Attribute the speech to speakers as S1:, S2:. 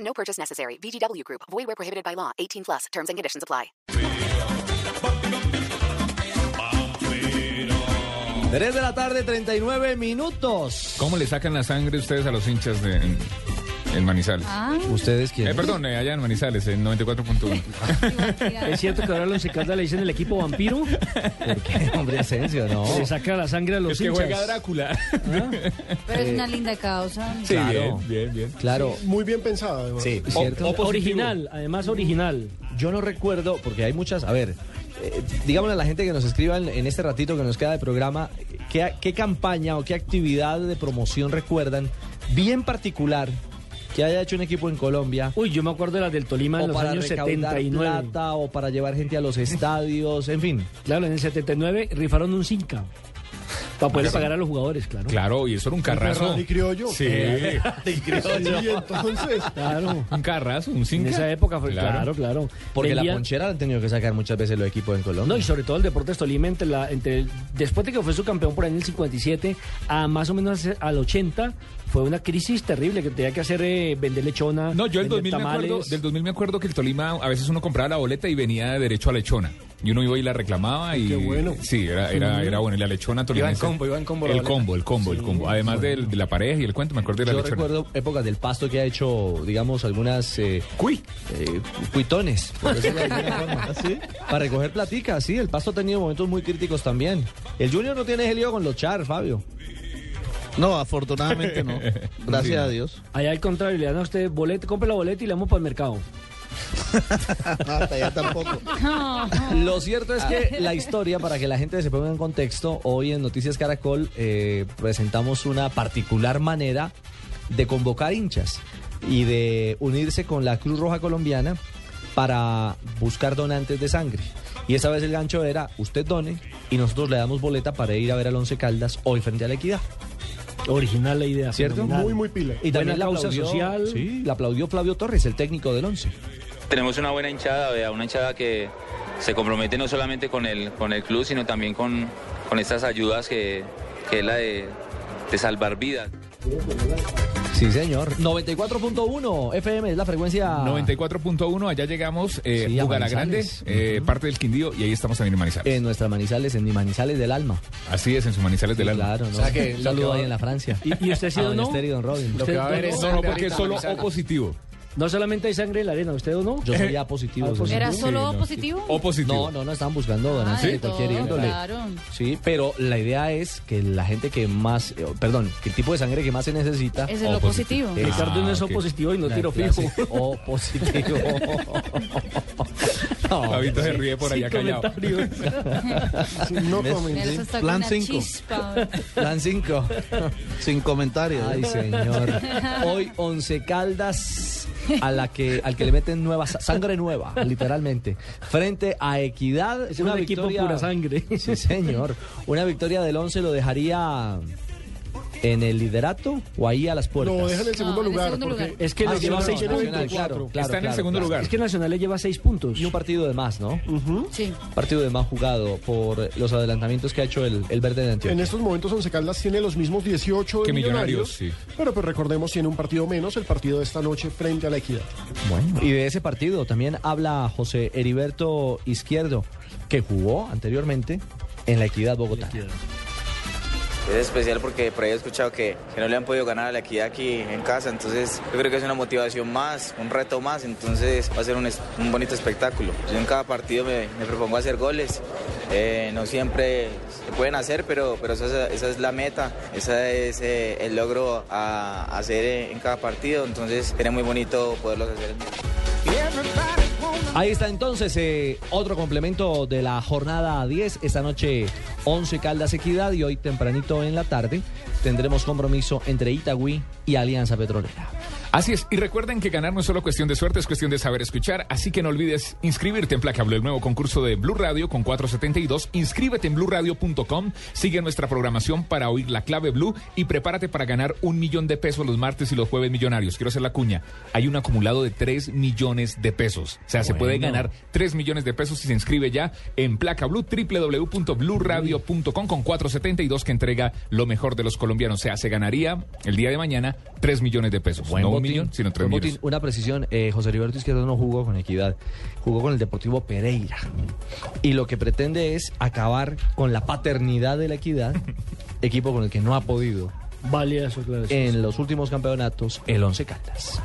S1: No purchase necessary. VGW Group. Void where prohibited by law. 18 plus. Terms and conditions apply.
S2: Tres de la tarde, 39 minutos.
S3: ¿Cómo le sacan la sangre ustedes a los hinchas de, en, en Manizales?
S2: Ah. ¿Ustedes
S3: Eh,
S2: quieren?
S3: perdón, eh, allá en Manizales, en 94.1.
S4: ¿Es cierto que ahora los Caldas le dicen el equipo vampiro?
S2: ¿Por qué, hombre, Asensio? No.
S4: Se saca la sangre a los
S3: es que
S4: hinchas.
S3: juega Drácula.
S5: Pero es una linda causa.
S3: Sí,
S2: Ah, Claro.
S3: bien, bien, bien.
S2: Claro.
S6: Muy bien pensada, además.
S2: Sí, ¿cierto?
S4: original, además original.
S2: Yo no recuerdo, porque hay muchas. A ver, eh, digámosle a la gente que nos escriban en este ratito que nos queda de programa, ¿qué, qué campaña o qué actividad de promoción recuerdan bien particular que haya hecho un equipo en Colombia?
S4: Uy, yo me acuerdo de las del Tolima en
S2: O
S4: los
S2: para
S4: años
S2: recaudar
S4: 79.
S2: plata, o para llevar gente a los estadios, en fin.
S4: Claro, en el 79 rifaron un Cinca. Para poder pagar a los jugadores, claro.
S3: Claro, y eso era un carrazo.
S6: Ferrari criollo.
S3: Sí.
S6: Sí, entonces.
S4: Claro.
S3: un carrazo, un
S4: En
S3: cinco.
S4: esa época fue claro, claro.
S2: Porque la
S4: Vendían-
S2: ponchera la han tenido que sacar muchas veces los equipos en Colombia.
S4: No, y sobre todo el Deportes Tolima, entre la, entre el- después de que fue su campeón por ahí en el 57, a más o menos al 80, fue una crisis terrible que tenía que hacer eh, vender lechona.
S3: No, yo del
S4: vender
S3: 2000, me acuerdo,
S4: tamales.
S3: del 2000 me acuerdo que el Tolima, a veces uno compraba la boleta y venía derecho a lechona. Y uno iba y la reclamaba y...
S6: Qué bueno.
S3: Sí, era, era, era bueno. Y la lechona tolimense...
S2: combo, iba en combo la
S3: El
S2: boleta.
S3: combo, el combo, el combo. Además del- de la pareja y el cuento, me acuerdo de la
S2: Yo
S3: lechona.
S2: recuerdo épocas del pasto que ha hecho, digamos, algunas eh,
S3: Uy,
S2: eh, cuitones, por decirlo de alguna forma.
S3: ¿Ah,
S2: para recoger platica, sí, el pasto ha tenido momentos muy críticos también. El Junior no tiene ese lío con los char, Fabio.
S7: No, afortunadamente no. Gracias a Dios.
S4: Allá al contrario, le dan a usted boleta, compre la boleta y le damos para el mercado.
S7: Hasta allá tampoco.
S2: Lo cierto es que la historia, para que la gente se ponga en contexto, hoy en Noticias Caracol eh, presentamos una particular manera de convocar hinchas y de unirse con la Cruz Roja Colombiana para buscar donantes de sangre. Y esa vez el gancho era, usted done y nosotros le damos boleta para ir a ver al Once Caldas hoy frente a la Equidad.
S4: Original la idea.
S2: ¿Cierto?
S4: fenomenal.
S6: Muy, muy pila.
S2: Y
S4: Buena
S2: también la
S4: causa
S2: aplaudió,
S4: social.
S2: sí, la aplaudió Flavio Torres, el técnico del Once.
S8: Tenemos una buena hinchada, vea, una hinchada que se compromete no solamente con el, con el club, sino también con, con estas ayudas que, que es la de, de salvar vidas.
S2: Sí, señor. 94.1 FM es la frecuencia.
S3: 94.1, allá llegamos, eh,
S2: Sí, a
S3: Bugala Grande,
S2: Manizales.
S3: eh, parte del Quindío, y ahí estamos también en Manizales.
S2: En nuestras manizales, en mi manizales del alma.
S3: Así es, en sus Manizales del Alma.
S2: Claro, ¿no? Un saludo ahí en la Francia.
S4: ¿Y, y usted ha
S2: a
S4: sido
S2: don
S4: no?
S2: Esther y don Robin.
S4: Usted donó-
S3: No, no, porque es solo O positivo.
S4: No solamente hay sangre en la arena, ¿usted o no?
S2: Yo soy A positivo.
S4: Ah,
S2: señor.
S4: positivo.
S5: ¿Era
S3: Sí,
S5: solo
S3: no,
S5: positivo?
S3: O
S2: No,
S3: positivo.
S2: no, no, estaban buscando
S5: Ah,
S2: ganancias
S5: de
S2: de cualquier
S5: todo,
S2: índole.
S5: Claro.
S2: Sí, pero la idea es que la gente que más, eh, perdón, que el tipo de sangre que más se necesita
S5: Ese Es
S3: O
S5: lo
S3: positivo.
S5: positivo.
S2: es
S4: Ricardo no es O
S3: Ah, ok.
S4: positivo y no
S2: la
S4: tiro
S2: clase
S4: fijo.
S2: O positivo. No,
S3: Fabito se ríe por allá
S4: Sin
S3: callado.
S4: comentarios.
S6: Sí, No
S5: Él
S6: comenté.
S5: está con
S7: Plan
S5: una
S7: cinco.
S5: chispa.
S2: Plan 5.
S7: Sin comentarios. ¿eh?
S2: Ay, señor. Hoy Once Caldas a la que al que le meten nueva sa- sangre nueva, literalmente. Frente a Equidad,
S4: Es un equipo pura sangre.
S2: Sí, señor. Una victoria del Once lo dejaría en el liderato o ahí a las puertas.
S6: Lo dejan en segundo
S5: No, en el
S6: lugar.
S5: segundo
S6: porque
S5: lugar.
S4: Es que
S2: Ah,
S4: le
S2: sí,
S4: lleva
S2: no,
S4: seis
S2: Nacional,
S4: puntos.
S2: claro, claro,
S3: Está en el
S2: claro,
S3: segundo
S2: claro.
S3: lugar.
S4: Es que Nacional le lleva seis puntos.
S2: Y un partido de más, ¿no?
S5: Sí.
S2: Partido de más jugado por los adelantamientos que ha hecho el, el verde de
S6: En
S2: Antioquia.
S6: estos momentos Once Caldas tiene los mismos 18 de
S3: Que Millonarios,
S6: millonarios,
S3: sí.
S6: pero pues recordemos tiene un partido menos el partido de esta noche frente a la Equidad.
S2: Y de ese partido también habla José Heriberto Izquierdo, que jugó anteriormente en la Equidad Bogotá.
S8: Es especial porque por ahí he escuchado que, que no le han podido ganar a la equidad aquí en casa, entonces yo creo que es una motivación más, un reto más, entonces va a ser un, es- un bonito espectáculo. Yo en cada partido me, me propongo hacer goles, eh, no siempre se pueden hacer, pero, pero esa, esa es la meta, ese es eh, el logro a, a hacer eh, en cada partido, entonces era muy bonito poderlos hacer.
S2: Ahí está entonces eh, otro complemento de la jornada 10. Esta noche 11 Caldas Equidad y hoy tempranito en la tarde tendremos compromiso entre Itagüí y Alianza Petrolera.
S3: Así es, y recuerden que ganar no es solo cuestión de suerte, es cuestión de saber escuchar, así que no olvides inscribirte en Placa Blue, el nuevo concurso de Blue Radio con 472. Inscríbete en bluradio.com, sigue nuestra programación para oír la clave Blue y prepárate para ganar un millón de pesos los martes y los jueves millonarios. Quiero hacer la cuña, hay un acumulado de 3 millones de pesos, o sea, se puede ganar 3 millones de pesos si se inscribe ya en Placa Blue, www.bluradio.com con 472 que entrega lo mejor de los colombianos, o sea, se ganaría el día de mañana 3 millones de pesos.
S2: Buen
S3: Pues No un
S2: botín,
S3: millón, sino tres
S2: buen botín.
S3: millones.
S2: Una precisión, eh, José Heriberto Izquierdo no jugó con Equidad, jugó con el Deportivo Pereira. Y lo que pretende es acabar con la paternidad de la Equidad, equipo con el que no ha podido
S4: Válida su aclaración.
S2: en los últimos campeonatos el Once Caldas.